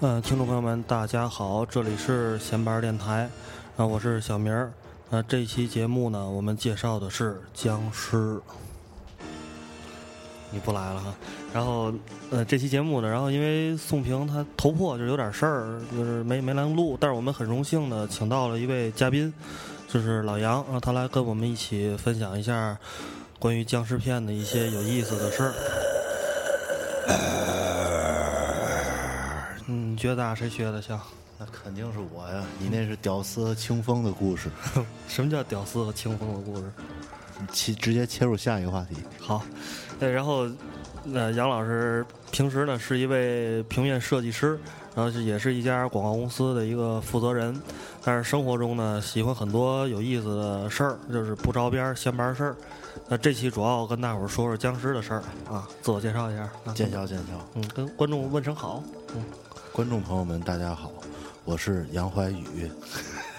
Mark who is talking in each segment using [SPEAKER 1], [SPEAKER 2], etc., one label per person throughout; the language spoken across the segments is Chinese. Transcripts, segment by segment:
[SPEAKER 1] 呃，听众朋友们，大家好，这里是闲班儿电台，啊、我是小明儿。那、这期节目呢，我们介绍的是僵尸。你不来了哈，然后呃，这期节目呢，然后因为宋平他头破就是有点事儿，就是没没来录，但是我们很荣幸的请到了一位嘉宾，就是老杨，让他来跟我们一起分享一下关于僵尸片的一些有意思的事儿。嗯，你觉得啊谁学的像？
[SPEAKER 2] 那肯定是我呀！你那是屌丝和清风的故事，
[SPEAKER 1] 什么叫屌丝和清风的故事？
[SPEAKER 2] 切直接切入下一个话题。
[SPEAKER 1] 好，呃，然后，呃，杨老师平时呢是一位平面设计师，然后是也是一家广告公司的一个负责人，但是生活中呢喜欢很多有意思的事儿，就是不着边儿闲白事儿。那这期主要跟大伙儿说说僵尸的事儿啊，自我介绍一下啊，
[SPEAKER 2] 见笑见笑，
[SPEAKER 1] 嗯，跟观众问声好，嗯，
[SPEAKER 2] 观众朋友们，大家好，我是杨怀宇，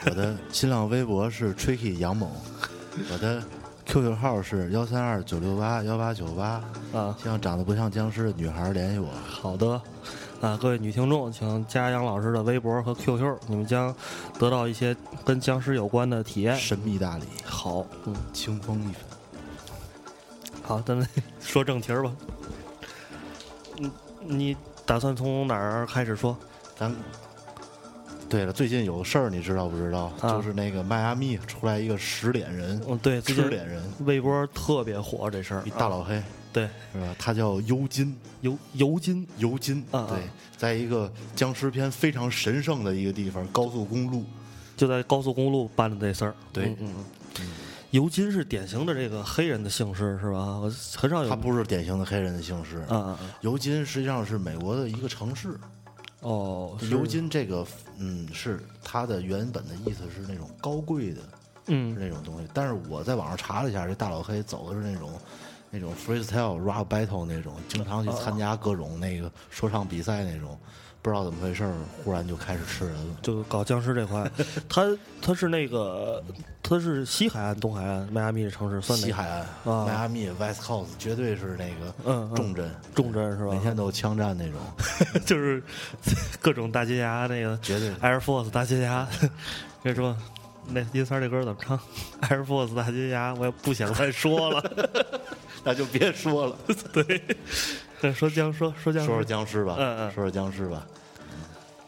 [SPEAKER 2] 我的新浪微博是 tricky 杨某，我的 QQ 号是幺三二九六八幺八九八。
[SPEAKER 1] 啊
[SPEAKER 2] 希望长得不像僵尸的女孩联系我。
[SPEAKER 1] 好的，啊，各位女听众，请加杨老师的微博和 QQ，你们将得到一些跟僵尸有关的体验。
[SPEAKER 2] 神秘大理，
[SPEAKER 1] 好，哎嗯。
[SPEAKER 2] 清风一分。
[SPEAKER 1] 好，咱们 说正题儿吧。嗯，你打算从哪儿开始说？
[SPEAKER 2] 咱对了，最近有个事儿你知道不知道？
[SPEAKER 1] 啊
[SPEAKER 2] 就是那个迈阿密出来一个食脸人，
[SPEAKER 1] 嗯，对，最
[SPEAKER 2] 吃
[SPEAKER 1] 近
[SPEAKER 2] 脸人，
[SPEAKER 1] 微博特别火这事儿
[SPEAKER 2] 一。大老黑。
[SPEAKER 1] 对，
[SPEAKER 2] 是吧？他叫尤金，
[SPEAKER 1] 尤尤金
[SPEAKER 2] 尤金，
[SPEAKER 1] 啊
[SPEAKER 2] 对，在一个僵尸片非常神圣的一个地方，高速公路，
[SPEAKER 1] 就在高速公路办的这事儿。
[SPEAKER 2] 对
[SPEAKER 1] 嗯嗯嗯。尤金是典型的这个黑人的姓氏是吧？我很少有
[SPEAKER 2] 它不是典型的黑人的姓氏。
[SPEAKER 1] 啊啊啊
[SPEAKER 2] 尤金实际上是美国的一个城市，
[SPEAKER 1] 哦，是
[SPEAKER 2] 尤金这个，嗯，是它的原本的意思是那种高贵的，是
[SPEAKER 1] 嗯
[SPEAKER 2] 那种东西。但是我在网上查了一下，这大老黑走的是那种。那种 freestyle rap battle 那种，经常去
[SPEAKER 1] 嗯
[SPEAKER 2] 参加各种那个说唱比赛那种，不知道怎么回事儿，忽然就开始吃人了。
[SPEAKER 1] 就搞僵尸这块， 他他是那个他是西海岸、东海岸，迈阿密这城市算哪
[SPEAKER 2] 西海岸、
[SPEAKER 1] 啊
[SPEAKER 2] 迈阿密、West Coast 绝对是那
[SPEAKER 1] 嗯
[SPEAKER 2] 个
[SPEAKER 1] 嗯
[SPEAKER 2] 重镇，
[SPEAKER 1] 重镇是吧
[SPEAKER 2] 每天都有枪战那种，
[SPEAKER 1] 就是各种大金牙那个，
[SPEAKER 2] 绝对
[SPEAKER 1] Air Force 大金牙。跟你说，那音三这歌怎么唱？Air Force 大金牙，我也不想再说了。
[SPEAKER 2] 那就别说了，
[SPEAKER 1] 对，对说僵说说僵
[SPEAKER 2] 说
[SPEAKER 1] 尸，
[SPEAKER 2] 说僵尸吧，
[SPEAKER 1] 嗯嗯
[SPEAKER 2] 说说僵尸吧。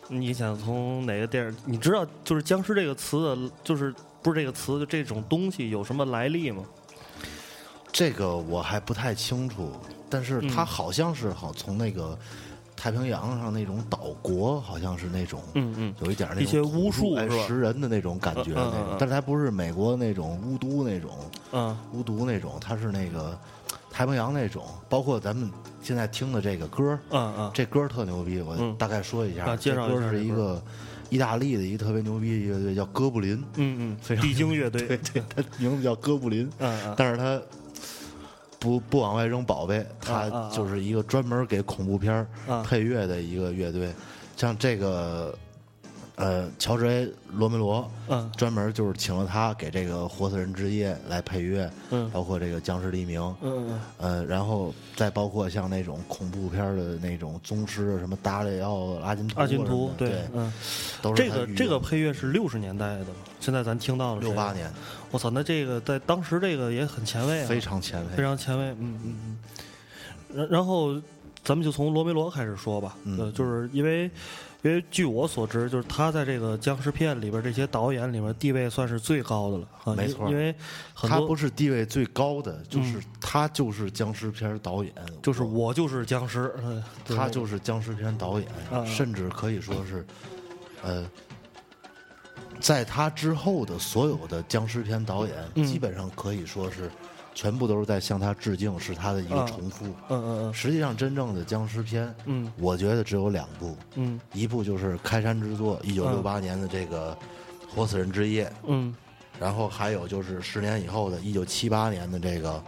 [SPEAKER 1] 你想从哪个电影？你知道就是僵尸这个词的，就是不是这个词就这种东西有什么来历吗？
[SPEAKER 2] 这个我还不太清楚，但
[SPEAKER 1] 嗯
[SPEAKER 2] 是它好像是好从那个太平洋上那种岛国，好像是那种，
[SPEAKER 1] 嗯嗯
[SPEAKER 2] 有一点那种
[SPEAKER 1] 一些巫术
[SPEAKER 2] 土著哎
[SPEAKER 1] 是吧
[SPEAKER 2] 食人的那种感觉，
[SPEAKER 1] 嗯嗯嗯
[SPEAKER 2] 那种
[SPEAKER 1] 嗯，
[SPEAKER 2] 但是它不是美国那种巫毒那种，
[SPEAKER 1] 嗯
[SPEAKER 2] 巫毒那种，它是那个太平洋那种，包括咱们现在听的这个歌，
[SPEAKER 1] 嗯嗯，
[SPEAKER 2] 这歌儿特牛逼，我
[SPEAKER 1] 嗯
[SPEAKER 2] 大概说一下。
[SPEAKER 1] 啊介绍一
[SPEAKER 2] 这歌
[SPEAKER 1] 下
[SPEAKER 2] 儿是
[SPEAKER 1] 这
[SPEAKER 2] 一
[SPEAKER 1] 歌
[SPEAKER 2] 个意大利的一个特别牛逼的乐队，叫哥布林，
[SPEAKER 1] 嗯
[SPEAKER 2] 非
[SPEAKER 1] 嗯，
[SPEAKER 2] 常
[SPEAKER 1] 地精乐队，
[SPEAKER 2] 对对，他名字叫哥布林，
[SPEAKER 1] 嗯嗯
[SPEAKER 2] 但是他不不往外扔宝贝，他
[SPEAKER 1] 啊啊
[SPEAKER 2] 就是一个专门给恐怖片儿
[SPEAKER 1] 啊
[SPEAKER 2] 配乐的一个乐队。像这个，呃，乔治 A. 罗梅罗，
[SPEAKER 1] 嗯
[SPEAKER 2] 专门就是请了他给这个《活死人之夜》来配乐，
[SPEAKER 1] 嗯
[SPEAKER 2] 包括这个《僵尸黎明》，
[SPEAKER 1] 嗯嗯
[SPEAKER 2] 呃，然后再包括像那种恐怖片儿的那种宗师，啊什么达里奥、阿金图
[SPEAKER 1] 阿金
[SPEAKER 2] 什
[SPEAKER 1] 图
[SPEAKER 2] 么的，
[SPEAKER 1] 对
[SPEAKER 2] 对，，
[SPEAKER 1] 嗯，
[SPEAKER 2] 都是
[SPEAKER 1] 这个
[SPEAKER 2] 他
[SPEAKER 1] 这个配乐是六十年代的，啊现在咱听到了
[SPEAKER 2] 六八，年
[SPEAKER 1] 我操，那这个在当时这个也很前卫啊，
[SPEAKER 2] 非常前
[SPEAKER 1] 非
[SPEAKER 2] 卫，
[SPEAKER 1] 常前卫，嗯嗯嗯。然然后，咱们就从罗梅罗开始说吧，
[SPEAKER 2] 嗯
[SPEAKER 1] 呃，就是因为，因为据我所知，就是他在这个僵尸片里边这些导演里边地位算是最高的了啊，
[SPEAKER 2] 没
[SPEAKER 1] 因
[SPEAKER 2] 错
[SPEAKER 1] 因为很
[SPEAKER 2] 他
[SPEAKER 1] 多嗯
[SPEAKER 2] 不是地位最高的，就是他就是僵尸片导演，
[SPEAKER 1] 就是我就是僵尸，嗯对
[SPEAKER 2] 他就是僵尸片导演
[SPEAKER 1] 啊，
[SPEAKER 2] 甚至可以说是，呃。
[SPEAKER 1] 嗯
[SPEAKER 2] 在他之后的所有的僵尸片导演，基本上可以说是全部都是在向他致敬，是他的一个
[SPEAKER 1] 啊
[SPEAKER 2] 重复。
[SPEAKER 1] 嗯嗯
[SPEAKER 2] 实际上，真正的僵尸片，
[SPEAKER 1] 嗯，
[SPEAKER 2] 我觉得只有两部，
[SPEAKER 1] 嗯
[SPEAKER 2] 一部就是《开山之作》，一九六八年的这个《活死人之夜》，
[SPEAKER 1] 嗯
[SPEAKER 2] 然后还有就是十年以后的，一九七八年的这个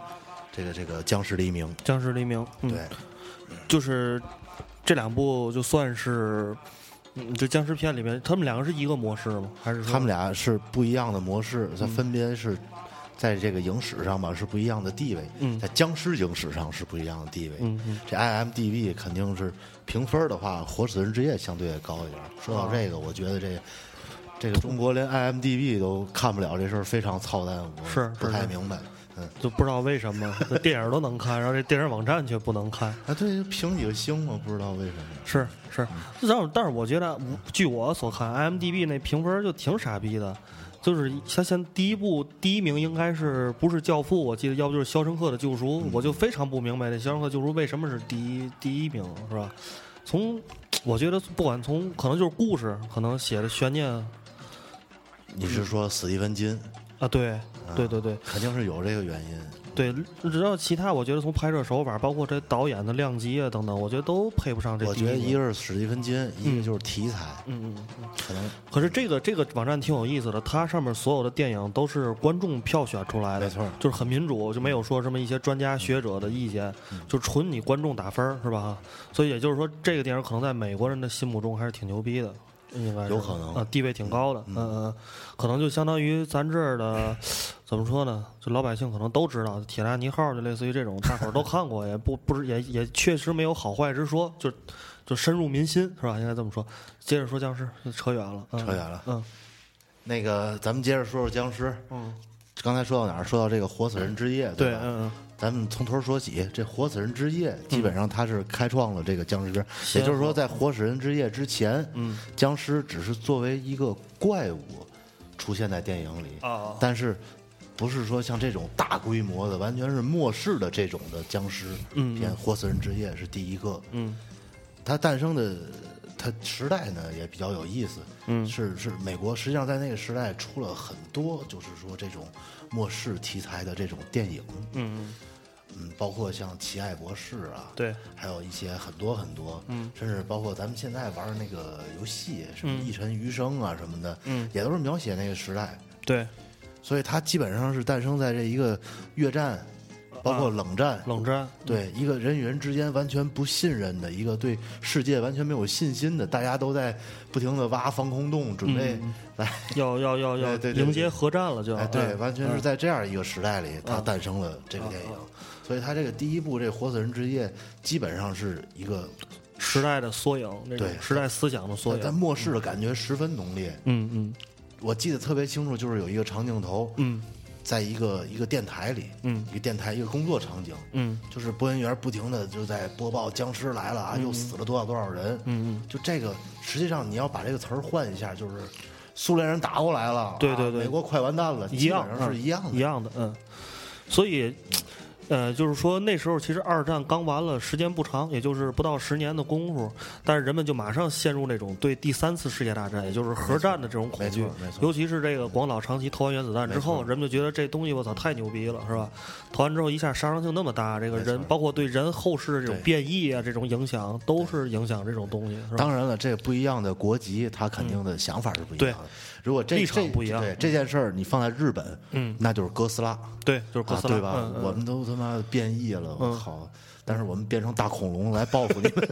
[SPEAKER 2] 这个这个《僵尸黎明》。
[SPEAKER 1] 嗯，僵尸黎明，嗯，
[SPEAKER 2] 对，
[SPEAKER 1] 就是这两部就算是，嗯，就僵尸片里面，他们两个是一个模式吗？还是说
[SPEAKER 2] 他们俩是不一样的模式，它分别是在这个影史上吧是不一样的地位，
[SPEAKER 1] 嗯
[SPEAKER 2] 在僵尸影史上是不一样的地位。
[SPEAKER 1] 嗯嗯
[SPEAKER 2] 这 IMDB 肯定是评分的话，《活死人之夜》相对高一点。说到这个，我觉得这这个中国连 IMDB 都看不了这事儿，非常操蛋，我
[SPEAKER 1] 是
[SPEAKER 2] 不
[SPEAKER 1] 是
[SPEAKER 2] 太
[SPEAKER 1] 是
[SPEAKER 2] 明白。嗯，
[SPEAKER 1] 就不知道为什么这电影都能看，然后这电影网站却不能看？
[SPEAKER 2] 啊，对，评几个星嘛，不知道为什么。
[SPEAKER 1] 是是，但是但是我觉得，嗯据我所看，IMDB 那评分就挺傻逼的，就是像像第一部第一名应该是不是《教父》，我记得要不就是《肖申克的救
[SPEAKER 2] 嗯
[SPEAKER 1] 赎》，我就非常不明白这《肖申克救赎》为什么是第一第一名，是吧？从我觉得不管从可能就是故事，可能写的悬念
[SPEAKER 2] 你是说史蒂芬金？
[SPEAKER 1] 啊，对对对对
[SPEAKER 2] 肯定是有这个原因。
[SPEAKER 1] 对，只要其他我觉得从拍摄手法，包括这导演的量级啊等等，我觉得都配不上这
[SPEAKER 2] 我
[SPEAKER 1] 第一
[SPEAKER 2] 觉
[SPEAKER 1] 名。
[SPEAKER 2] 得一个是史蒂芬金，一个就是题材，
[SPEAKER 1] 嗯嗯嗯。
[SPEAKER 2] 可能
[SPEAKER 1] 可是这个这个网站挺有意思的，它上面所有的电影都是观众票选出来的，
[SPEAKER 2] 没错
[SPEAKER 1] 就是很民主，就没有说什么一些专家学者的意见，就纯你观众打分儿是吧？所以也就是说，这个电影可能在美国人的心目中还是挺牛逼的，应该是
[SPEAKER 2] 有可能
[SPEAKER 1] 啊，地位挺高的，嗯嗯，可能就相当于咱这儿的怎么说呢？就老百姓可能都知道《铁达尼号》，就类似于这种，大伙儿 都看过，也不不是也也确实没有好坏之说，就就深入民心是吧？应该这么说。接着说僵尸，扯远了，嗯
[SPEAKER 2] 扯远了
[SPEAKER 1] 嗯
[SPEAKER 2] 那个咱们接着说说僵尸。
[SPEAKER 1] 嗯，
[SPEAKER 2] 刚才说到哪儿？说到这个《活死人之夜》
[SPEAKER 1] 对，
[SPEAKER 2] 吧？
[SPEAKER 1] 嗯嗯，
[SPEAKER 2] 咱们从头说起，这《活死人之夜》
[SPEAKER 1] 嗯
[SPEAKER 2] 基本上它是开创了这个僵尸片，也就是说，在《活死人之夜》之前，
[SPEAKER 1] 嗯，
[SPEAKER 2] 僵尸只是作为一个怪物出现在电影里，
[SPEAKER 1] 啊
[SPEAKER 2] 但是不是说像这种大规模的，完全是末世的这种的僵尸
[SPEAKER 1] 嗯
[SPEAKER 2] 片，活死人之夜》是第一个，
[SPEAKER 1] 嗯，
[SPEAKER 2] 它诞生的。它时代呢也比较有意思，
[SPEAKER 1] 嗯
[SPEAKER 2] 是是美国，实际上在那个时代出了很多，就是说这种末世题材的这种电影，
[SPEAKER 1] 嗯
[SPEAKER 2] 嗯，包括像《奇爱博士》啊，
[SPEAKER 1] 对，
[SPEAKER 2] 还有一些很多很多，嗯，甚至包括咱们现在玩的那个游戏，什么《一尘余生》啊什么的，
[SPEAKER 1] 嗯，
[SPEAKER 2] 也都是描写那个时代，
[SPEAKER 1] 对，
[SPEAKER 2] 所以它基本上是诞生在这一个越战，包括冷战，
[SPEAKER 1] 啊冷战，
[SPEAKER 2] 对一个人与人之间完全不信任的一个对世界完全没有信心的，大家都在不停的挖防空洞，准备
[SPEAKER 1] 嗯
[SPEAKER 2] 来
[SPEAKER 1] 要要要要
[SPEAKER 2] 对对对
[SPEAKER 1] 迎接核战了，就要
[SPEAKER 2] 哎，对，
[SPEAKER 1] 嗯
[SPEAKER 2] 完全是在这样一个时代里，它诞生了这个电影。所以它这个第一部这《活死人之夜》基本上是一个
[SPEAKER 1] 时代的缩影，那种
[SPEAKER 2] 对
[SPEAKER 1] 时代思想的缩
[SPEAKER 2] 在
[SPEAKER 1] 影，
[SPEAKER 2] 末世的感觉十分浓烈。
[SPEAKER 1] 啊嗯嗯
[SPEAKER 2] 我记得特别清楚，就是有一个长镜头，
[SPEAKER 1] 嗯
[SPEAKER 2] 在一个一个电台里，
[SPEAKER 1] 嗯
[SPEAKER 2] 一个电台一个工作场景，
[SPEAKER 1] 嗯
[SPEAKER 2] 就是播音员不停的就在播报僵尸来了
[SPEAKER 1] 嗯
[SPEAKER 2] 啊，又死了多少多少人，嗯嗯，就这个实际上你要把这个词儿换一下，就是苏联人打过来了，
[SPEAKER 1] 对
[SPEAKER 2] 啊
[SPEAKER 1] 对对
[SPEAKER 2] 美国快完蛋了，
[SPEAKER 1] 一
[SPEAKER 2] 基
[SPEAKER 1] 样
[SPEAKER 2] 本上是
[SPEAKER 1] 嗯
[SPEAKER 2] 一样的，
[SPEAKER 1] 一样的，嗯，所以。呃，就是说那时候其实二战刚完了，时间不长，也就是不到十年的功夫，但是人们就马上陷入那种对第三次世界大战，也就是核战的这种恐惧
[SPEAKER 2] 没错没。错
[SPEAKER 1] 尤其是这个广岛、长崎投完原子弹之后，人们就觉得这东西我操太牛逼了，是吧？投完之后一下杀伤性那么大，这个人包括对人后世的这种
[SPEAKER 2] 对
[SPEAKER 1] 变异啊，这种影响都是影响这种东西，是吧？
[SPEAKER 2] 当然了，这不一样的国籍，他肯定的想法是不一样的。
[SPEAKER 1] 对
[SPEAKER 2] 如果这
[SPEAKER 1] 立场
[SPEAKER 2] 这
[SPEAKER 1] 不一样
[SPEAKER 2] 对这件事儿，你放在日本，
[SPEAKER 1] 嗯
[SPEAKER 2] 那就是哥斯拉，
[SPEAKER 1] 对，就是哥斯拉，
[SPEAKER 2] 啊、对吧？
[SPEAKER 1] 嗯嗯嗯
[SPEAKER 2] 我们都他妈变异了，我靠！但是我们变成大恐龙来报复 你们。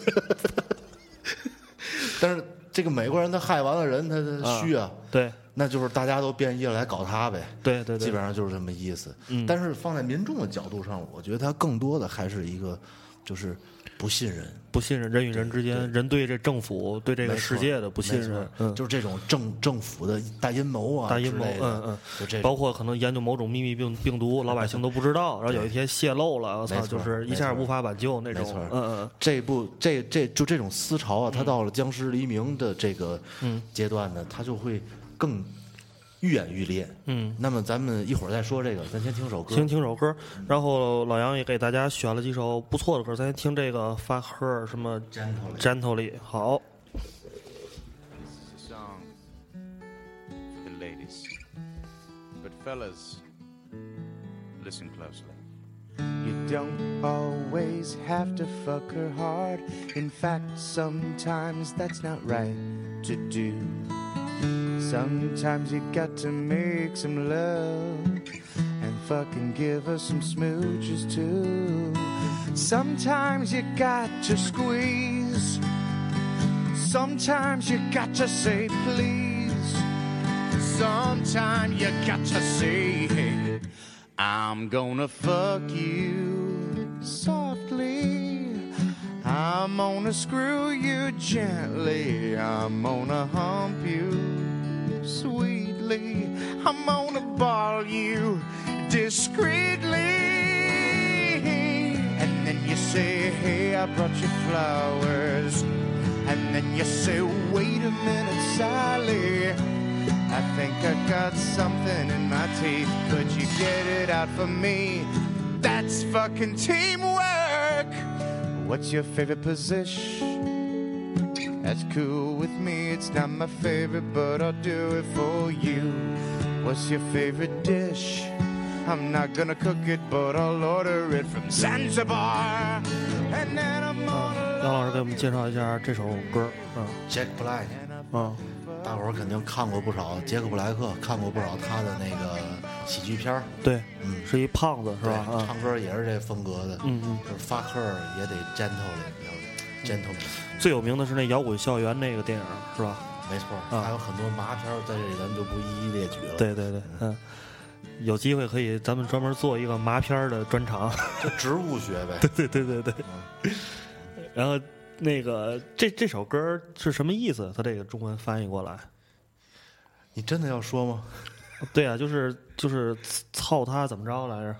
[SPEAKER 2] 但是这个美国人他害完了人，他他虚啊，
[SPEAKER 1] 对
[SPEAKER 2] 那就是大家都变异了来搞他呗。
[SPEAKER 1] 对对嗯对
[SPEAKER 2] 基本上就是这么意思。但是放在民众的角度上，我觉得他更多的还是一个就是不信任。
[SPEAKER 1] 不信任人与人之间，人对这政府、对这个
[SPEAKER 2] 没错
[SPEAKER 1] 世界的不信任
[SPEAKER 2] 没，错
[SPEAKER 1] 嗯，
[SPEAKER 2] 就是这种政政府的大阴谋啊，
[SPEAKER 1] 大阴谋，嗯嗯，
[SPEAKER 2] 就这
[SPEAKER 1] 包
[SPEAKER 2] 种。
[SPEAKER 1] 括可能研究某种秘密病病 毒，老百姓都不知道，然后有一天泄露了，我操
[SPEAKER 2] 没，错
[SPEAKER 1] 就是一下
[SPEAKER 2] 没错
[SPEAKER 1] 无法挽救那种
[SPEAKER 2] 没错，
[SPEAKER 1] 嗯嗯
[SPEAKER 2] 这部这这就这种思潮啊，它到了僵尸黎明的这个
[SPEAKER 1] 嗯
[SPEAKER 2] 阶段呢，它就会更愈演愈烈。
[SPEAKER 1] 嗯，
[SPEAKER 2] 那么咱们一会儿再说这个，咱先听首歌。
[SPEAKER 1] 先听首歌，然后老杨也给大家选了几首不错的歌，咱先听这个发赫什么
[SPEAKER 2] Gently
[SPEAKER 1] Gently，好，
[SPEAKER 3] It's a song for the ladies. But fellas, listen closely. don't always have to fuck her hard. In fact, sometimes that's not right to do. Sometimes you got to make some love and fucking give her some smooches too. Sometimes you got to squeeze. Sometimes you got to say please. Sometimes you got to say hey. I'm gonna fuck you softly. I'm gonna screw you gently. I'm gonna hump you sweetly. I'm gonna ball you discreetly. And then you say, Hey, I brought you flowers. And then you say, Wait a minute, Sally. I think I got something in my teeth. Could you get it out for me? That's fucking teamwork. What's your favorite position? That's cool with me. It's not my favorite, but I'll do it for you. What's your favorite dish? I'm not gonna cook it, but I'll order it from Zanzibar. And then I'm gonna
[SPEAKER 1] 杨老师给我们介绍一下这首歌，嗯
[SPEAKER 2] Jack Black，
[SPEAKER 1] 嗯，
[SPEAKER 2] 大伙儿肯定看过不少杰克布莱克，看过不少他的那个喜剧片儿，
[SPEAKER 1] 对，
[SPEAKER 2] 嗯
[SPEAKER 1] 是一胖子是
[SPEAKER 2] 对
[SPEAKER 1] 吧？啊、
[SPEAKER 2] 唱歌也是这风格的，
[SPEAKER 1] 嗯嗯，
[SPEAKER 2] 就是发克也得 gentle 也 gentleman，
[SPEAKER 1] 最有名的是那摇滚校园那个电影是吧？
[SPEAKER 2] 没错儿，还有很多麻片儿在这里咱就不一一列举了，，
[SPEAKER 1] 对对对，嗯，有机会可以咱们专门做一个麻片儿的专场。
[SPEAKER 2] 就植物学呗，
[SPEAKER 1] 对对对对。
[SPEAKER 2] 嗯
[SPEAKER 1] 然后那个这这首歌是什么意思？它这个中文翻译过来，
[SPEAKER 2] 你真的要说吗？
[SPEAKER 1] 对啊，就是就是操他怎么着来着？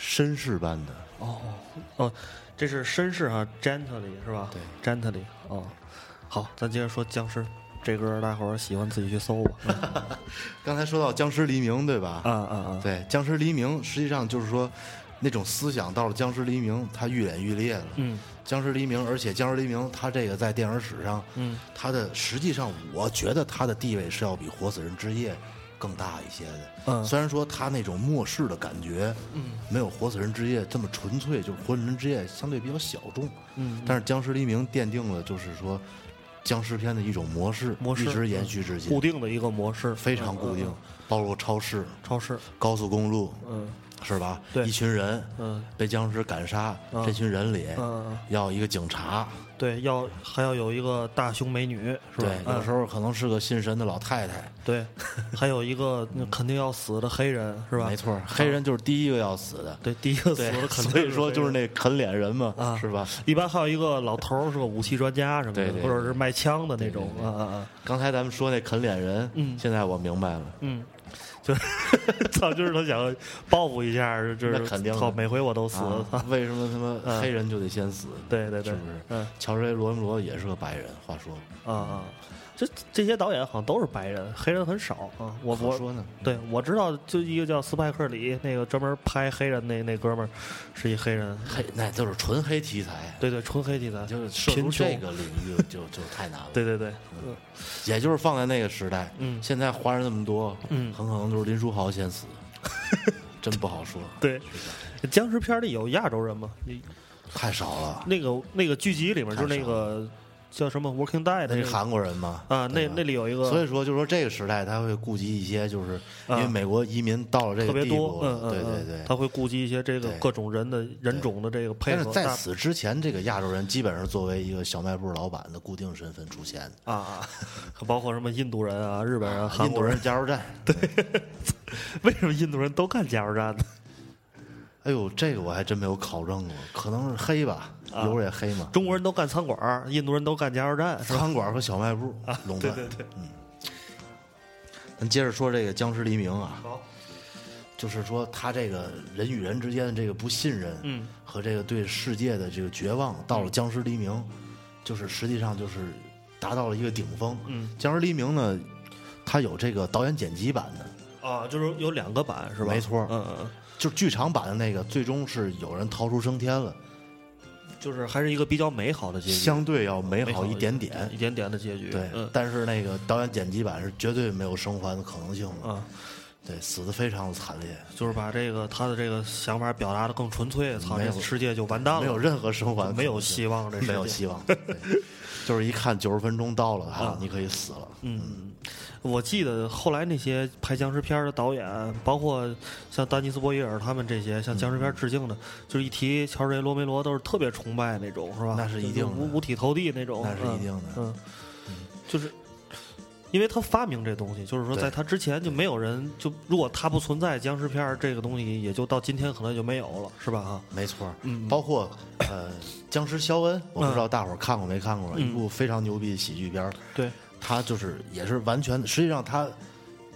[SPEAKER 2] 绅士般的，
[SPEAKER 1] 哦，这是绅士哈，gently 是吧？对，gently 哦。好，咱接着说僵尸。这歌大伙儿喜欢自己去搜吧。 嗯
[SPEAKER 2] 刚才说到僵尸黎明，对吧？
[SPEAKER 1] 啊啊啊！
[SPEAKER 2] 对，僵尸黎明实际上就是说，那种思想到了僵尸黎明，它愈演愈烈了。
[SPEAKER 1] 嗯，
[SPEAKER 2] 僵尸黎明，而且僵尸黎明，它这个在电影史上，
[SPEAKER 1] 嗯，
[SPEAKER 2] 它的实际上，我觉得它的地位是要比《活死人之夜》更大一些的。
[SPEAKER 1] 嗯
[SPEAKER 2] 虽然说它那种末世的感觉，嗯，没有《活死人之夜》这么纯粹，就是《活死人之夜》相对比较小众，嗯，但是僵尸黎明奠定了就是说僵尸片的一种模式，
[SPEAKER 1] 模式嗯
[SPEAKER 2] 一直延续至今，
[SPEAKER 1] 固定的一个模式，嗯
[SPEAKER 2] 非常固定，包括超市、
[SPEAKER 1] 超市。
[SPEAKER 2] 高速公路，
[SPEAKER 1] 嗯，
[SPEAKER 2] 是吧？
[SPEAKER 1] 对
[SPEAKER 2] 一群人，
[SPEAKER 1] 嗯，
[SPEAKER 2] 被僵尸赶杀，
[SPEAKER 1] 嗯
[SPEAKER 2] 这群人里，
[SPEAKER 1] 嗯嗯
[SPEAKER 2] 要一个警察，
[SPEAKER 1] 对，要还要有一个大胸美女，是吧
[SPEAKER 2] 对？，
[SPEAKER 1] 嗯
[SPEAKER 2] 有时候可能是个信神的老太太，
[SPEAKER 1] 对，还有一个那肯定要死的黑人是吧？嗯
[SPEAKER 2] 没错，黑人就是第一个要死的，
[SPEAKER 1] 对，第一个死
[SPEAKER 2] 对
[SPEAKER 1] 的肯定
[SPEAKER 2] 所以说
[SPEAKER 1] 黑
[SPEAKER 2] 就
[SPEAKER 1] 人。
[SPEAKER 2] 是那啃脸人嘛，
[SPEAKER 1] 啊
[SPEAKER 2] 是吧？
[SPEAKER 1] 一般还有一个老头儿是个武器专家什么的，
[SPEAKER 2] 对对对
[SPEAKER 1] 或者是卖枪的那种，啊啊啊，
[SPEAKER 2] 刚才咱们说那啃脸人，
[SPEAKER 1] 嗯
[SPEAKER 2] 现在我明白了，
[SPEAKER 1] 嗯，就是 操，就是他想报复一下，就
[SPEAKER 2] 那
[SPEAKER 1] 是
[SPEAKER 2] 肯定的
[SPEAKER 1] 操，每回我都死，
[SPEAKER 2] 啊
[SPEAKER 1] 操
[SPEAKER 2] 为什么他妈黑人就得先死？
[SPEAKER 1] 对对对
[SPEAKER 2] 是不是？
[SPEAKER 1] 嗯
[SPEAKER 2] 乔治·罗伦罗也是个白人，话说，
[SPEAKER 1] 啊啊，这这些导演好像都是白人，黑人很少啊。我
[SPEAKER 2] 好
[SPEAKER 1] 我
[SPEAKER 2] 说呢，
[SPEAKER 1] 对我知道，就一个叫斯派克里那个专门拍黑人那那哥们儿，是一黑人，
[SPEAKER 2] 黑那就是纯黑题材，
[SPEAKER 1] 对对，纯黑题材，
[SPEAKER 2] 就是涉
[SPEAKER 1] 贫
[SPEAKER 2] 足
[SPEAKER 1] 穷
[SPEAKER 2] 这个领域就就太难了。
[SPEAKER 1] 对对对，嗯
[SPEAKER 2] 也就是放在那个时代，
[SPEAKER 1] 嗯
[SPEAKER 2] 现在华人那么多，
[SPEAKER 1] 嗯
[SPEAKER 2] 很可能就是林书豪 先死，真不好说，
[SPEAKER 1] 对，僵尸片里有亚洲人吗？你
[SPEAKER 2] 太少了。
[SPEAKER 1] 那个那个剧集里面就是那个叫什么《Working Dead》
[SPEAKER 2] 那
[SPEAKER 1] 的
[SPEAKER 2] 是
[SPEAKER 1] 那个
[SPEAKER 2] 韩国人嘛？
[SPEAKER 1] 啊，那
[SPEAKER 2] 对吧
[SPEAKER 1] 那里有一个，
[SPEAKER 2] 所以说，就说这个时代，他会顾及一些，就是因为
[SPEAKER 1] 啊
[SPEAKER 2] 美国移民到了这
[SPEAKER 1] 特
[SPEAKER 2] 个
[SPEAKER 1] 别
[SPEAKER 2] 地
[SPEAKER 1] 多
[SPEAKER 2] 步，
[SPEAKER 1] 嗯
[SPEAKER 2] 了，
[SPEAKER 1] 嗯，
[SPEAKER 2] 对对
[SPEAKER 1] 嗯
[SPEAKER 2] 对。
[SPEAKER 1] 他会顾及一些这个
[SPEAKER 2] 对
[SPEAKER 1] 各种人的人种的这个配
[SPEAKER 2] 但是
[SPEAKER 1] 合，
[SPEAKER 2] 在
[SPEAKER 1] 大
[SPEAKER 2] 此之前，这个亚洲人基本上作为一个小卖部老板的固定身份出现
[SPEAKER 1] 啊
[SPEAKER 2] 的。
[SPEAKER 1] 啊， 包括什么印度人啊、日本人、啊、韩
[SPEAKER 2] 印度
[SPEAKER 1] 国人
[SPEAKER 2] 人，加油站， 对，
[SPEAKER 1] 为什么印度人都干加油站呢？
[SPEAKER 2] 哎呦，这个我还真没有考证过，可能是黑吧，
[SPEAKER 1] 啊
[SPEAKER 2] 油儿也黑嘛。
[SPEAKER 1] 中国人都干餐馆儿，印度人都干加油站，是吧？
[SPEAKER 2] 餐馆和小卖部垄断。
[SPEAKER 1] 啊对对对
[SPEAKER 2] 嗯。咱接着说这个僵尸黎明啊，
[SPEAKER 1] 好，
[SPEAKER 2] 就是说他这个人与人之间的这个不信任，
[SPEAKER 1] 嗯，
[SPEAKER 2] 和这个对世界的这个绝望，到了僵尸黎明，就是实际上就是达到了一个顶峰。
[SPEAKER 1] 嗯，
[SPEAKER 2] 僵尸黎明呢，它有这个导演剪辑版的，
[SPEAKER 1] 啊，就是有两个版是吧？
[SPEAKER 2] 没错
[SPEAKER 1] 嗯嗯，
[SPEAKER 2] 就是剧场版的那个，最终是有人逃出升天了，
[SPEAKER 1] 嗯就是还是一个比较美好的结局，
[SPEAKER 2] 相对要美
[SPEAKER 1] 美
[SPEAKER 2] 好一点点
[SPEAKER 1] 一。点点的结局，
[SPEAKER 2] 对
[SPEAKER 1] 嗯，
[SPEAKER 2] 但是那个导演剪辑版是绝对没有生还的可能性的。
[SPEAKER 1] 啊，
[SPEAKER 2] 对，死的非常的惨烈，
[SPEAKER 1] 就是把这个他的这个想法表达的更纯粹，操，
[SPEAKER 2] 没
[SPEAKER 1] 这
[SPEAKER 2] 有
[SPEAKER 1] 个世界就完蛋了，
[SPEAKER 2] 没有任何生还，
[SPEAKER 1] 没有希望这世界
[SPEAKER 2] 没有 希望，对就是一看九十分钟到了，啊，你可以死了，
[SPEAKER 1] 嗯，我记得后来那些拍僵尸片儿的导演，包括像丹尼斯·波伊尔他们这些向僵尸
[SPEAKER 2] 嗯
[SPEAKER 1] 片儿致敬的，就是一提乔治·罗梅罗，都是特别崇拜那种，是吧？
[SPEAKER 2] 那是一定的
[SPEAKER 1] 就是五五体投地那种，
[SPEAKER 2] 那是一定的
[SPEAKER 1] 嗯，嗯就是。因为他发明这东西，就是说，
[SPEAKER 2] 对
[SPEAKER 1] 在他之前就没有人就，如果他不存在，僵尸片儿这个东西也就到今天可能就没有了，是吧？哈，
[SPEAKER 2] 没错儿，
[SPEAKER 1] 嗯
[SPEAKER 2] 包括呃，僵尸肖恩，我不知道大伙儿看过没看过，
[SPEAKER 1] 嗯
[SPEAKER 2] 一部非常牛逼的喜剧片儿，
[SPEAKER 1] 对，
[SPEAKER 2] 他就是也是完全，实际上他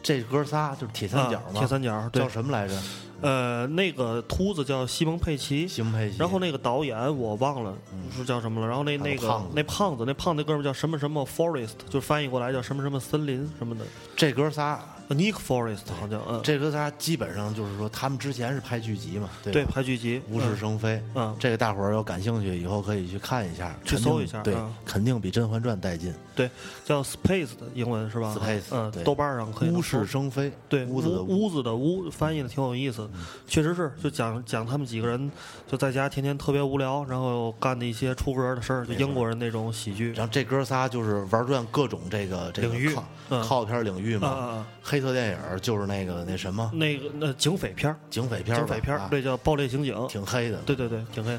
[SPEAKER 2] 这哥仨就是铁三角
[SPEAKER 1] 啊
[SPEAKER 2] 嘛，
[SPEAKER 1] 铁三角对
[SPEAKER 2] 叫什么来着？
[SPEAKER 1] 呃，那个秃子叫西蒙佩奇，
[SPEAKER 2] 西蒙佩奇嗯
[SPEAKER 1] 然后那个导演我忘了是叫什么了。然后那
[SPEAKER 2] 还有
[SPEAKER 1] 那个
[SPEAKER 2] 胖子
[SPEAKER 1] 那胖子那胖子那哥们儿叫什么什么 Forest，就翻译过来叫什么什么森林什么的
[SPEAKER 2] 这哥仨，
[SPEAKER 1] 呃，Nick Forest 好像嗯，
[SPEAKER 2] 这哥仨基本上就是说，他们之前是拍剧集嘛，对
[SPEAKER 1] 对
[SPEAKER 2] 吧？
[SPEAKER 1] 拍剧集
[SPEAKER 2] 无事
[SPEAKER 1] 嗯
[SPEAKER 2] 生非，
[SPEAKER 1] 嗯
[SPEAKER 2] 这个大伙儿要感兴趣，以后可以去看一下，
[SPEAKER 1] 去
[SPEAKER 2] 肯定
[SPEAKER 1] 搜一下
[SPEAKER 2] 对
[SPEAKER 1] 嗯，
[SPEAKER 2] 肯定比《甄嬛传》带劲。
[SPEAKER 1] 对叫 Space 的英文是吧
[SPEAKER 2] Space，
[SPEAKER 1] 嗯，
[SPEAKER 2] 对
[SPEAKER 1] 豆瓣儿上可以
[SPEAKER 2] 无
[SPEAKER 1] 能搜
[SPEAKER 2] 事生非，
[SPEAKER 1] 对
[SPEAKER 2] 屋子的嗯
[SPEAKER 1] 屋子的屋翻译的挺有意思，确实是就讲讲他们几个人就在家天天特别无聊，然后干的一些出格的事儿，就英国人那种喜剧。
[SPEAKER 2] 然后这哥仨就是玩转各种这个这个
[SPEAKER 1] 领域
[SPEAKER 2] 靠
[SPEAKER 1] 嗯
[SPEAKER 2] 靠片领域嘛，
[SPEAKER 1] 啊啊啊
[SPEAKER 2] 黑色电影就是那个那什么
[SPEAKER 1] 那个那警匪片儿，
[SPEAKER 2] 警匪片儿
[SPEAKER 1] 警
[SPEAKER 2] 吧，
[SPEAKER 1] 匪片儿
[SPEAKER 2] 啊，
[SPEAKER 1] 对，叫《爆裂刑警》，
[SPEAKER 2] 挺嗯黑的，
[SPEAKER 1] 对对对，挺黑。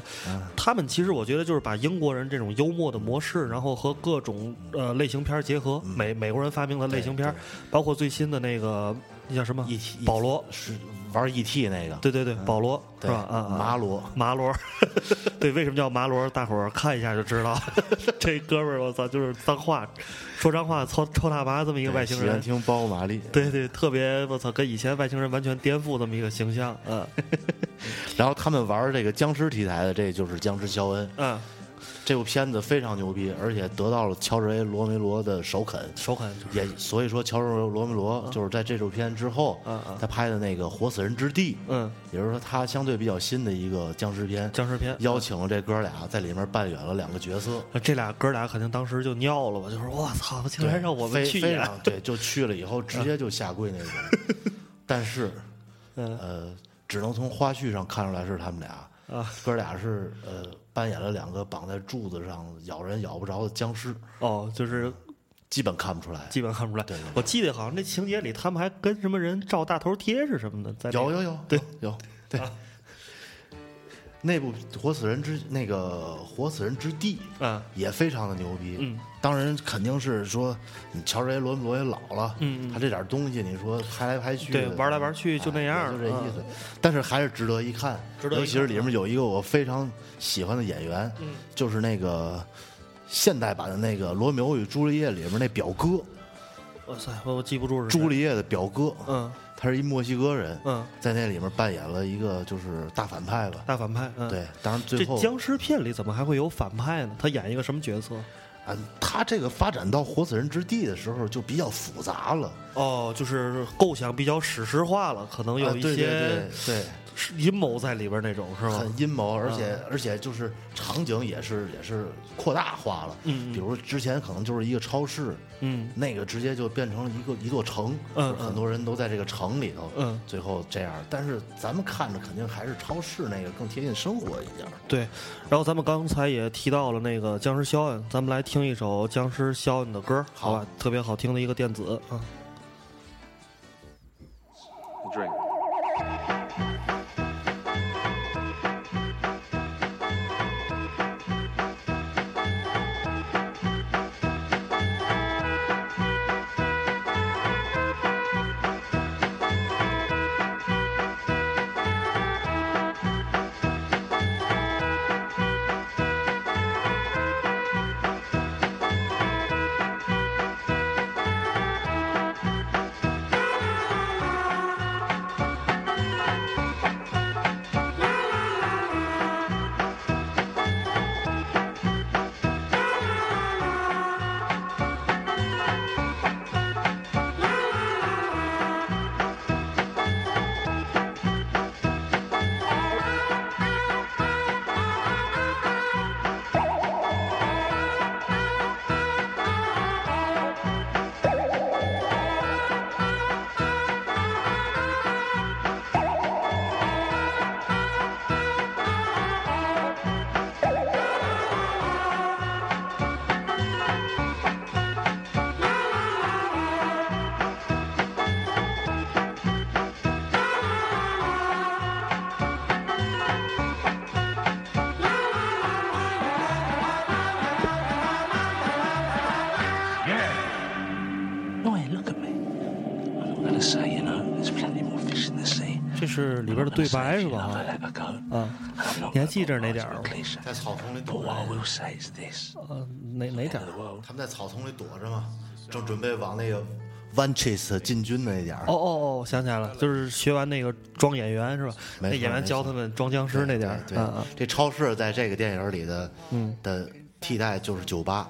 [SPEAKER 1] 他们其实我觉得就是把英国人这种幽默的模
[SPEAKER 2] 嗯
[SPEAKER 1] 式，然后和各种呃类型片儿结合，美美国人发明的类型片儿，包括最新的那个那叫什么
[SPEAKER 2] 一体
[SPEAKER 1] 保罗，
[SPEAKER 2] 是玩 E.T. 那个，
[SPEAKER 1] 对对对，保罗是
[SPEAKER 2] 对
[SPEAKER 1] 吧？啊，啊
[SPEAKER 2] 麻罗
[SPEAKER 1] 麻罗， 对，为什么叫麻罗？大伙儿看一下就知道。 这哥们儿，我操，就是脏话，说脏话，抽抽大麻这么一个外星
[SPEAKER 2] 哎喜欢
[SPEAKER 1] 人，
[SPEAKER 2] 听包马利，
[SPEAKER 1] 对对，特别我操，跟以前外星人完全颠覆这么一个形象，嗯
[SPEAKER 2] 然后他们玩这个僵尸题材的，这就是《僵尸肖恩》
[SPEAKER 1] 嗯，
[SPEAKER 2] 这部片子非常牛逼，而且得到了乔治 A. 罗梅罗的首肯。
[SPEAKER 1] 首肯就是
[SPEAKER 2] 也所以说，乔治罗梅罗就是在这部片之后
[SPEAKER 1] 嗯嗯，
[SPEAKER 2] 他拍的那个《活死人之地》，
[SPEAKER 1] 嗯，
[SPEAKER 2] 也就是说他相对比较新的一个僵尸片，
[SPEAKER 1] 僵尸片
[SPEAKER 2] 邀请了这哥俩在里面扮演了两个角色，
[SPEAKER 1] 呃这俩哥俩肯定当时就尿了吧，就说我操，竟然让我们
[SPEAKER 2] 非
[SPEAKER 1] 去
[SPEAKER 2] 非
[SPEAKER 1] 演，
[SPEAKER 2] 常对，就去了以后直接就下跪那种， 但是
[SPEAKER 1] 嗯
[SPEAKER 2] 呃，只能从花絮上看出来是他们俩。
[SPEAKER 1] 啊
[SPEAKER 2] 哥俩是呃扮演了两个绑在柱子上咬人咬不着的僵尸，
[SPEAKER 1] 哦，就是
[SPEAKER 2] 基本看不出来。
[SPEAKER 1] 基本看不出来
[SPEAKER 2] 对对对。
[SPEAKER 1] 我记得好像那情节里他们还跟什么人照大头贴是什么的，在那个
[SPEAKER 2] 有有有，
[SPEAKER 1] 对啊
[SPEAKER 2] 有有对。那部《活死人之那个活死人之地》
[SPEAKER 1] 嗯
[SPEAKER 2] 也非常的牛逼。
[SPEAKER 1] 嗯，
[SPEAKER 2] 当然肯定是说，你乔治·罗罗也老了，
[SPEAKER 1] 嗯嗯
[SPEAKER 2] 他这点东西你说拍来拍去的，
[SPEAKER 1] 对玩来玩去就那样
[SPEAKER 2] 哎也就这
[SPEAKER 1] 嗯
[SPEAKER 2] 意思。但是还是值得一看，
[SPEAKER 1] 值得一看嗯
[SPEAKER 2] 尤其是里面有一个我非常喜欢的演员，就是那个现代版的那个《罗密欧与朱丽叶》里面那表哥，
[SPEAKER 1] 哇塞，我我记不住是谁
[SPEAKER 2] 朱丽叶的表哥，
[SPEAKER 1] 嗯，
[SPEAKER 2] 他是一墨西哥人，
[SPEAKER 1] 嗯，
[SPEAKER 2] 在那里面扮演了一个就是大反派吧，
[SPEAKER 1] 大反派，嗯，
[SPEAKER 2] 对，当然最
[SPEAKER 1] 这
[SPEAKER 2] 后
[SPEAKER 1] 僵尸片里怎么还会有反派呢？他演一个什么角色？
[SPEAKER 2] 啊，他这个发展到活死人之地的时候就比较复杂了，
[SPEAKER 1] 哦，就是构想比较史诗化了，可能
[SPEAKER 2] 啊
[SPEAKER 1] 有一
[SPEAKER 2] 对对
[SPEAKER 1] 些
[SPEAKER 2] 对对，
[SPEAKER 1] 是阴谋在里边那种，是吗？
[SPEAKER 2] 很阴谋，而且
[SPEAKER 1] 嗯
[SPEAKER 2] 而且就是场景也是也是扩大化了，
[SPEAKER 1] 嗯嗯
[SPEAKER 2] 比如之前可能就是一个超市，
[SPEAKER 1] 嗯
[SPEAKER 2] 那个直接就变成了一个一座城，
[SPEAKER 1] 嗯
[SPEAKER 2] 就是很多人都在这个城里头，
[SPEAKER 1] 嗯
[SPEAKER 2] 最后这样，但是咱们看着肯定还是超市那个更贴近生活一点儿，
[SPEAKER 1] 对，然后咱们刚才也提到了那个僵尸肖恩，咱们来听一首僵尸肖恩的歌，好吧？特别好听的一个电子啊，
[SPEAKER 4] drink.
[SPEAKER 5] Thank
[SPEAKER 1] 是里边的对白是吧？啊，你还记着哪点儿吗？
[SPEAKER 2] 在草丛里
[SPEAKER 4] 我
[SPEAKER 2] 躲着，
[SPEAKER 1] 哦呃，哪哪点儿？
[SPEAKER 2] 他们在草丛里躲着嘛，正准备往那个 Vanchis 进军的那点儿。
[SPEAKER 1] 哦哦哦，我想起来了，就是学完那个装演员是吧？那
[SPEAKER 2] 没错
[SPEAKER 1] 演员教他们装僵尸那点儿，
[SPEAKER 2] 对，
[SPEAKER 1] 嗯嗯
[SPEAKER 2] 这超市在这个电影里的的替代就是酒吧，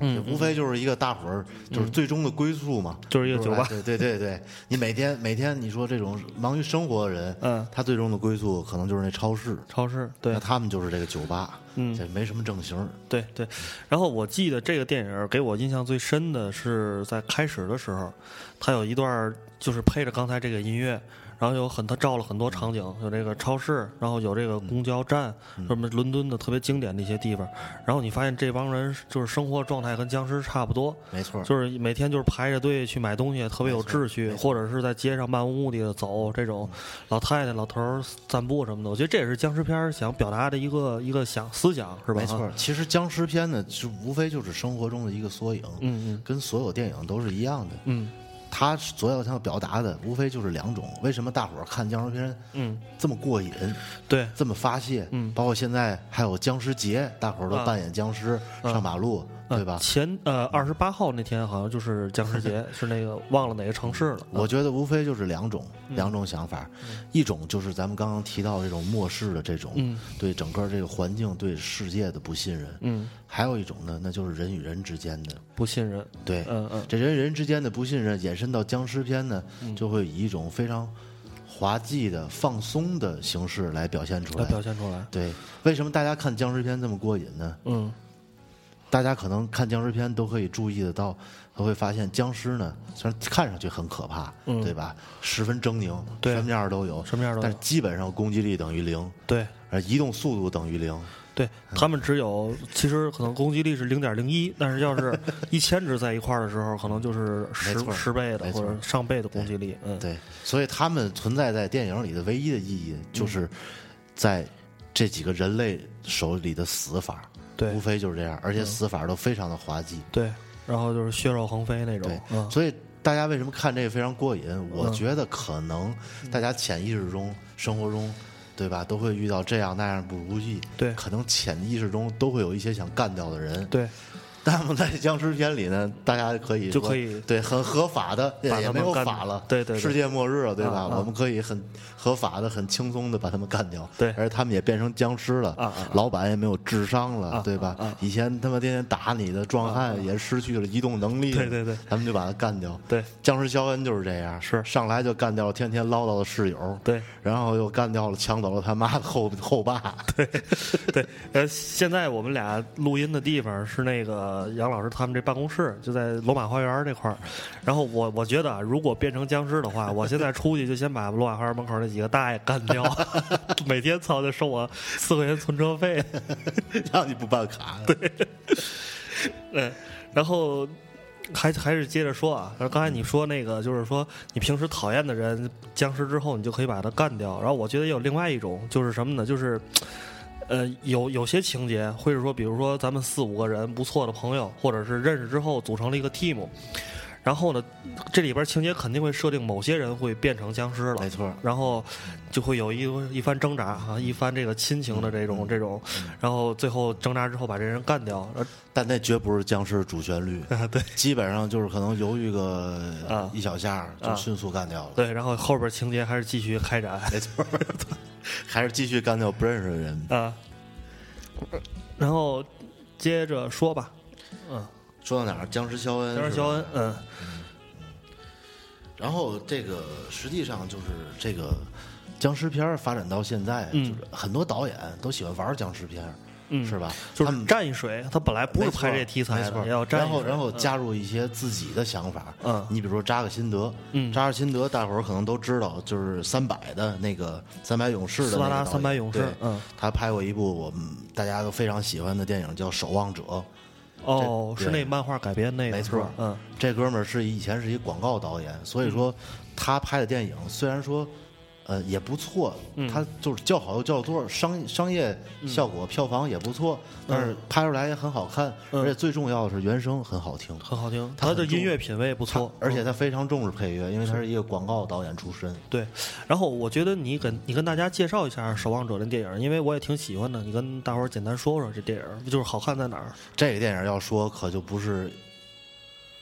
[SPEAKER 2] 嗯，无非就是一个大伙儿就是最终的归宿嘛，
[SPEAKER 1] 嗯就是一个酒吧
[SPEAKER 2] 哎对对对对，你每天每天你说这种忙于生活的人，
[SPEAKER 1] 嗯
[SPEAKER 2] 他最终的归宿可能就是那超市，
[SPEAKER 1] 超市对
[SPEAKER 2] 那他们就是这个酒吧，嗯，这没什么正形，
[SPEAKER 1] 对对，然后我记得这个电影儿给我印象最深的是在开始的时候，它有一段儿就是配着刚才这个音乐，然后有很它照了很多场景，有这个超市，然后有这个公交站，
[SPEAKER 2] 嗯
[SPEAKER 1] 什么伦敦的特别经典的一些地方，然后你发现这帮人就是生活状态跟僵尸差不多，
[SPEAKER 2] 没错
[SPEAKER 1] 就是每天就是排着队去买东西，特别有秩序，或者是在街上漫无目的的走，这种老太太、老头儿散步什么的，我觉得这也是僵尸片儿想表达的一个一个想思想，是吧？
[SPEAKER 2] 没错，其实僵尸片呢，就无非就是生活中的一个缩影，嗯嗯，跟所有电影都是一样的，嗯，他所要想表达的无非就是两种，为什么大伙儿看僵尸片，嗯，这么过瘾，
[SPEAKER 1] 对，
[SPEAKER 2] 这么发泄，嗯，啊包括现在还有僵尸节，大伙儿都扮演僵尸、上马路，对吧？
[SPEAKER 1] 前呃二十八号那天好像就是僵尸节，是那个忘了哪个城市了。
[SPEAKER 2] 我觉得无非就是两种、两种想法，一种就是咱们刚刚提到这种末世的这种、对整个这个环境、对世界的不信任，嗯，还有一种呢，那就是人与人之间的
[SPEAKER 1] 不信任，
[SPEAKER 2] 对，
[SPEAKER 1] 嗯嗯
[SPEAKER 2] 这人与人之间的不信任延伸到僵尸片呢，就会以一种非常滑稽的、放松的形式来表现出
[SPEAKER 1] 来
[SPEAKER 2] 来。
[SPEAKER 1] 表现出来。
[SPEAKER 2] 对，为什么大家看僵尸片这么过瘾呢？
[SPEAKER 1] 嗯，
[SPEAKER 2] 大家可能看僵尸片都可以注意得到，都会发现僵尸呢，虽然看上去很可怕，对吧？十分狰狞，
[SPEAKER 1] 嗯对
[SPEAKER 2] 什么样儿都有，
[SPEAKER 1] 什么样儿都有
[SPEAKER 2] 但是基本上攻击力等于零，
[SPEAKER 1] 对
[SPEAKER 2] 而移动速度等于零。
[SPEAKER 1] 对，
[SPEAKER 2] 嗯
[SPEAKER 1] 他们只有其实可能攻击力是零点零一，但是要 是一千只在一块儿的时候，可能就是十
[SPEAKER 2] 没错
[SPEAKER 1] 十倍的
[SPEAKER 2] 没
[SPEAKER 1] 或
[SPEAKER 2] 错
[SPEAKER 1] 者上倍的攻击力。嗯，
[SPEAKER 2] 对，所以他们存在在电影里的唯一的意义，
[SPEAKER 1] 嗯
[SPEAKER 2] 就是在这几个人类手里的死法，
[SPEAKER 1] 对嗯
[SPEAKER 2] 无非就是这样，而且死法都非常的滑稽，
[SPEAKER 1] 对，然后就是血肉横飞那
[SPEAKER 2] 对
[SPEAKER 1] 种。，嗯，
[SPEAKER 2] 所以大家为什么看这个非常过瘾？我觉得可能
[SPEAKER 1] 嗯
[SPEAKER 2] 大家潜意识中、生活中。对吧？都会遇到这样那样不如意，
[SPEAKER 1] 对
[SPEAKER 2] 可能潜意识中都会有一些想干掉的人，。
[SPEAKER 1] 对，
[SPEAKER 2] 那么在僵尸片里呢，大家可以
[SPEAKER 1] 就
[SPEAKER 2] 说
[SPEAKER 1] 可以
[SPEAKER 2] 对很合法的，
[SPEAKER 1] 把
[SPEAKER 2] 也
[SPEAKER 1] 他
[SPEAKER 2] 也
[SPEAKER 1] 们
[SPEAKER 2] 没有
[SPEAKER 1] 干
[SPEAKER 2] 法了，
[SPEAKER 1] 对对对
[SPEAKER 2] 世界末日了，对吧？
[SPEAKER 1] 啊啊
[SPEAKER 2] 我们可以很合法的、很轻松的把他们干掉，
[SPEAKER 1] 对
[SPEAKER 2] 而且他们也变成僵尸了，
[SPEAKER 1] 啊啊啊
[SPEAKER 2] 老板也没有智商了，对吧？以前他妈天天打你的壮汉也失去了移动能力，
[SPEAKER 1] 啊对对对，
[SPEAKER 2] 咱们就把他干掉。
[SPEAKER 1] 对
[SPEAKER 2] 僵尸肖恩就是这样，
[SPEAKER 1] 是
[SPEAKER 2] 上来就干掉了天天唠叨的室友，
[SPEAKER 1] 对
[SPEAKER 2] 然后又干掉了抢走了他妈的后后爸，对，
[SPEAKER 1] 对，呃，现在我们俩录音的地方是那个杨老师他们这办公室，就在罗马花园这块儿。然后我我觉得，啊，如果变成僵尸的话，我现在出去就先把罗马花园门口那几个大爷干掉， 每天操就收我四块钱存车费。
[SPEAKER 2] 让你不办卡，对，
[SPEAKER 1] 对，然后还还是接着说啊，然后刚才你说那个，就是说你平时讨厌的人，僵尸之后你就可以把他干掉。然后我觉得也有另外一种，就是什么呢？就是。呃，有有些情节会是说，比如说咱们四五个人不错的朋友，或者是认识之后组成了一个 team，然后呢，这里边情节肯定会设定某些人会变成僵尸了，
[SPEAKER 2] 没错
[SPEAKER 1] 然后就会有一一番挣扎啊，一番这个亲情的这种这种，
[SPEAKER 2] 嗯
[SPEAKER 1] 然后最后挣扎之后把这人干掉，呃然后
[SPEAKER 2] 但那绝不是僵尸主旋律，
[SPEAKER 1] 啊对
[SPEAKER 2] 基本上就是可能犹豫个
[SPEAKER 1] 啊
[SPEAKER 2] 一小下儿就迅速干掉了。
[SPEAKER 1] 对，然后后边情节还是继续开 展
[SPEAKER 2] 没错儿，还是继续干掉不认识的人。
[SPEAKER 1] 啊。然后接着说吧，
[SPEAKER 2] 说到哪儿？僵尸肖恩。
[SPEAKER 1] 当然肖恩
[SPEAKER 2] 是，吧
[SPEAKER 1] 嗯，
[SPEAKER 2] 然后这个实际上就是这个僵尸片儿发展到现在，
[SPEAKER 1] 嗯
[SPEAKER 2] 就是很多导演都喜欢玩僵尸片儿，是吧？
[SPEAKER 1] 就
[SPEAKER 2] 他
[SPEAKER 1] 是
[SPEAKER 2] 们
[SPEAKER 1] 蘸一水，他本来不是
[SPEAKER 2] 没错
[SPEAKER 1] 拍这题材
[SPEAKER 2] 没错
[SPEAKER 1] 的，也要蘸一水。
[SPEAKER 2] 然后然后加入一些自己的想法。
[SPEAKER 1] 嗯
[SPEAKER 2] 你比如说扎克辛德，嗯，扎克辛德大伙儿可能都知道，就是三百的那个三百勇士的那个
[SPEAKER 1] 斯巴达
[SPEAKER 2] 导演
[SPEAKER 1] 三百勇士
[SPEAKER 2] 对
[SPEAKER 1] 嗯，
[SPEAKER 2] 他拍过一部我们大家都非常喜欢的电影叫《守望者》。
[SPEAKER 1] 哦，
[SPEAKER 2] 这
[SPEAKER 1] 是那漫画改编那个，
[SPEAKER 2] 没
[SPEAKER 1] 是
[SPEAKER 2] 错
[SPEAKER 1] 吧，嗯，，
[SPEAKER 2] 这哥们儿是以前是一广告导演，所以说他拍的电影虽然说，呃，也不错，
[SPEAKER 1] 嗯
[SPEAKER 2] 它就是叫好又叫座，商商业效果、票房也不错，但是拍出来也很好看，
[SPEAKER 1] 嗯
[SPEAKER 2] 而且最重要的是原声很好听，
[SPEAKER 1] 很好听，
[SPEAKER 2] 它
[SPEAKER 1] 他
[SPEAKER 2] 很
[SPEAKER 1] 的
[SPEAKER 2] 重
[SPEAKER 1] 音乐品味不
[SPEAKER 2] 它
[SPEAKER 1] 错，嗯
[SPEAKER 2] 而且他非常重视配乐，因为他是一个广告导演出身。
[SPEAKER 1] 对，然后我觉得你跟你跟大家介绍一下《守望者》这电影，因为我也挺喜欢的。你跟大伙儿简单说说这电影，就是好看在哪儿？
[SPEAKER 2] 这个电影要说可就不是，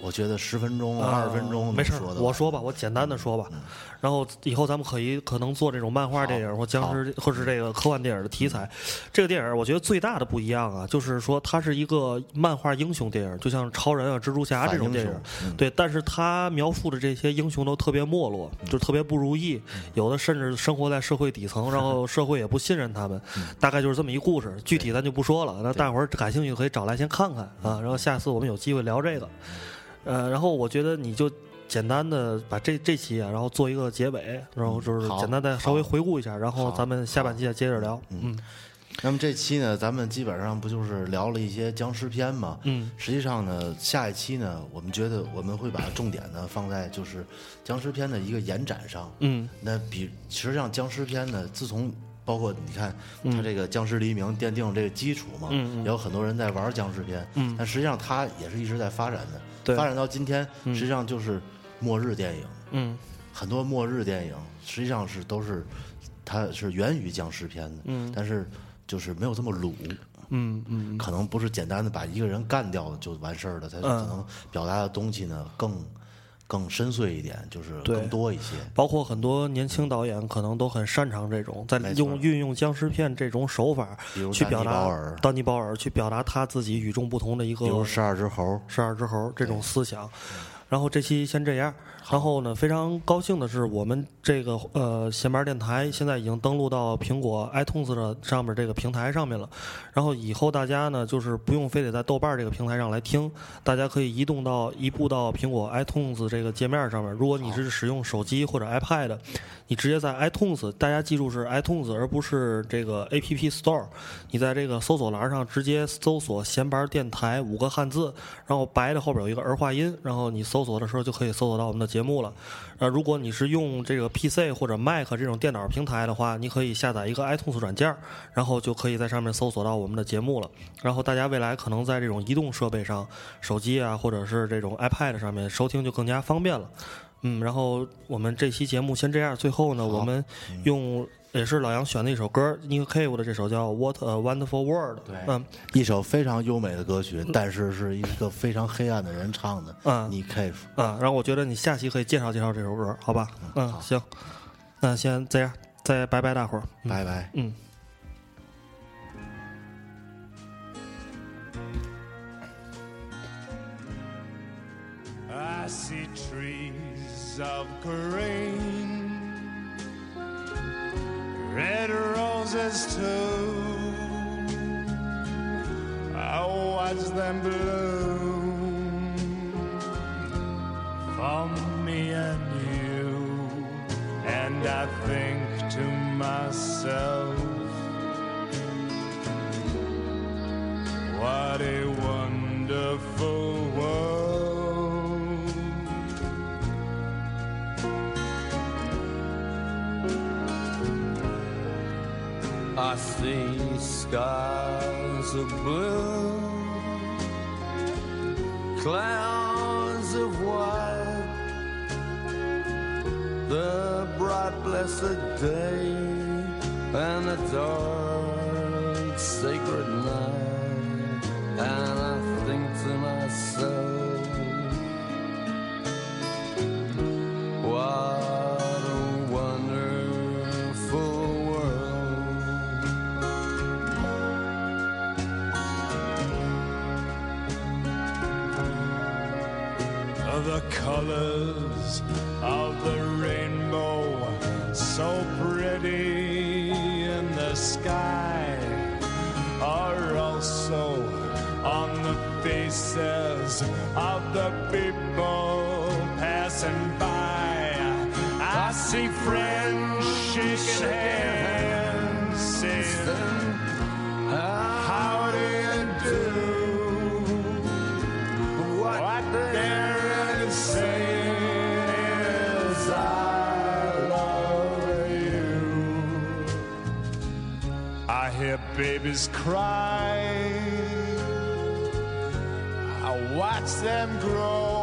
[SPEAKER 2] 我觉得十分钟、二十分钟
[SPEAKER 1] 嗯啊没
[SPEAKER 2] 能
[SPEAKER 1] 事儿
[SPEAKER 2] 说，的，嗯
[SPEAKER 1] 我说吧，我简单的说吧。然后以后咱们可以可能做这种漫画电影或僵尸或是这个科幻电影的题
[SPEAKER 2] 嗯
[SPEAKER 1] 材。这个电影我觉得最大的不一样啊，就是说它是一个漫画英雄电影，就像超人啊、蜘蛛侠这种电影
[SPEAKER 2] 反英。嗯
[SPEAKER 1] 对，但是他描述的这些英雄都特别没落，
[SPEAKER 2] 嗯
[SPEAKER 1] 就特别不如意，有的甚至生活在社会底层，然 后社会也不信任他们。
[SPEAKER 2] 嗯
[SPEAKER 1] 大概就是这么一故事，具体咱就不说了。那大伙儿感兴趣可以找来先看看啊，然后下次我们有机会聊这个。呃，然后我觉得你就简单的把这这期啊，然后做一个结尾，然后就是
[SPEAKER 2] 嗯好
[SPEAKER 1] 简单的稍微回顾一下，然后
[SPEAKER 2] 好
[SPEAKER 1] 咱们下半期再接着聊。嗯
[SPEAKER 2] 那么这期呢，咱们基本上不就是聊了一些僵尸片嘛？
[SPEAKER 1] 嗯，
[SPEAKER 2] 实际上呢，下一期呢，我们觉得我们会把重点呢放在就是僵尸片的一个延展上。
[SPEAKER 1] 嗯，
[SPEAKER 2] 那比实际上僵尸片呢，自从包括你看，它这个《僵尸黎明》奠定了这个基础嘛，
[SPEAKER 1] 嗯嗯嗯
[SPEAKER 2] 也有很多人在玩僵尸片，
[SPEAKER 1] 嗯
[SPEAKER 2] 但实际上它也是一直在发展的，
[SPEAKER 1] 对
[SPEAKER 2] 发展到今天，实际上就是末日电影，
[SPEAKER 1] 嗯
[SPEAKER 2] 很多末日电影实际上是都是它是源于僵尸片的，
[SPEAKER 1] 嗯
[SPEAKER 2] 但是就是没有这么鲁，
[SPEAKER 1] 嗯嗯
[SPEAKER 2] 可能不是简单的把一个人干掉就完事儿了，它可能表达的东西呢更更深邃一点，就是
[SPEAKER 1] 对
[SPEAKER 2] 更多一些。
[SPEAKER 1] 包括很多年轻导演可能都很擅长这种，在
[SPEAKER 2] 没错
[SPEAKER 1] 用运用僵尸片这种手法
[SPEAKER 2] 比如
[SPEAKER 1] 去
[SPEAKER 2] 丹尼
[SPEAKER 1] 表达
[SPEAKER 2] 鲍尔
[SPEAKER 1] 丹尼鲍尔去表达他自己与众不同的一个
[SPEAKER 2] 比如十二只猴，
[SPEAKER 1] 十二只猴这种思想。然后这期先这样，然后呢，非常高兴的是，我们这个呃闲班电台现在已经登录到苹果 iTunes 的上面这个平台上面了。然后以后大家呢，就是不用非得在豆瓣这个平台上来听，大家可以移动到移步到苹果 iTunes 这个界面上面。如果你是使用手机或者 iPad，你直接在 iTunes，大家记住是 iTunes 而不是这个 App Store，你在这个搜索栏上直接搜索“闲白电台”五个汉字，然后白的后边有一个儿化音，然后你搜索的时候就可以搜索到我们的节目了。呃，如果你是用这个 PC 或者 Mac 这种电脑平台的话，你可以下载一个 iTunes 软件，然后就可以在上面搜索到我们的节目了。然后大家未来可能在这种移动设备上，手机啊或者是这种 iPad 上面收听就更加方便了。嗯，然后我们这期节目先这样。最后呢，我们用也是老杨选的一首歌，Nick Cave 的这首叫《What a Wonderful World》。
[SPEAKER 2] 对
[SPEAKER 1] 嗯，
[SPEAKER 2] 一首非常优美的歌曲，但是是一个非常黑暗的人唱的。
[SPEAKER 1] 嗯
[SPEAKER 2] 你 Cave，
[SPEAKER 1] 啊，然后我觉得你下期可以介绍介绍这首歌，好吧？嗯，行，那先这样，再拜拜大伙儿，嗯
[SPEAKER 2] 拜拜。
[SPEAKER 1] 嗯。
[SPEAKER 3] I see trees of green, red roses too. I watch them bloom for me and you, and I think to myself, what a wonderful world. I see skies of blue, clouds of white, the bright blessed day, and the dark sacred night. And I think to myself, what a wonderful world. The colors of the rainbow, so pretty in the sky are also on the faces of the people passing by. I see friends shaking hands, saying, How do you do? What they're saying is, I love you. I hear babies cry. I watch them grow.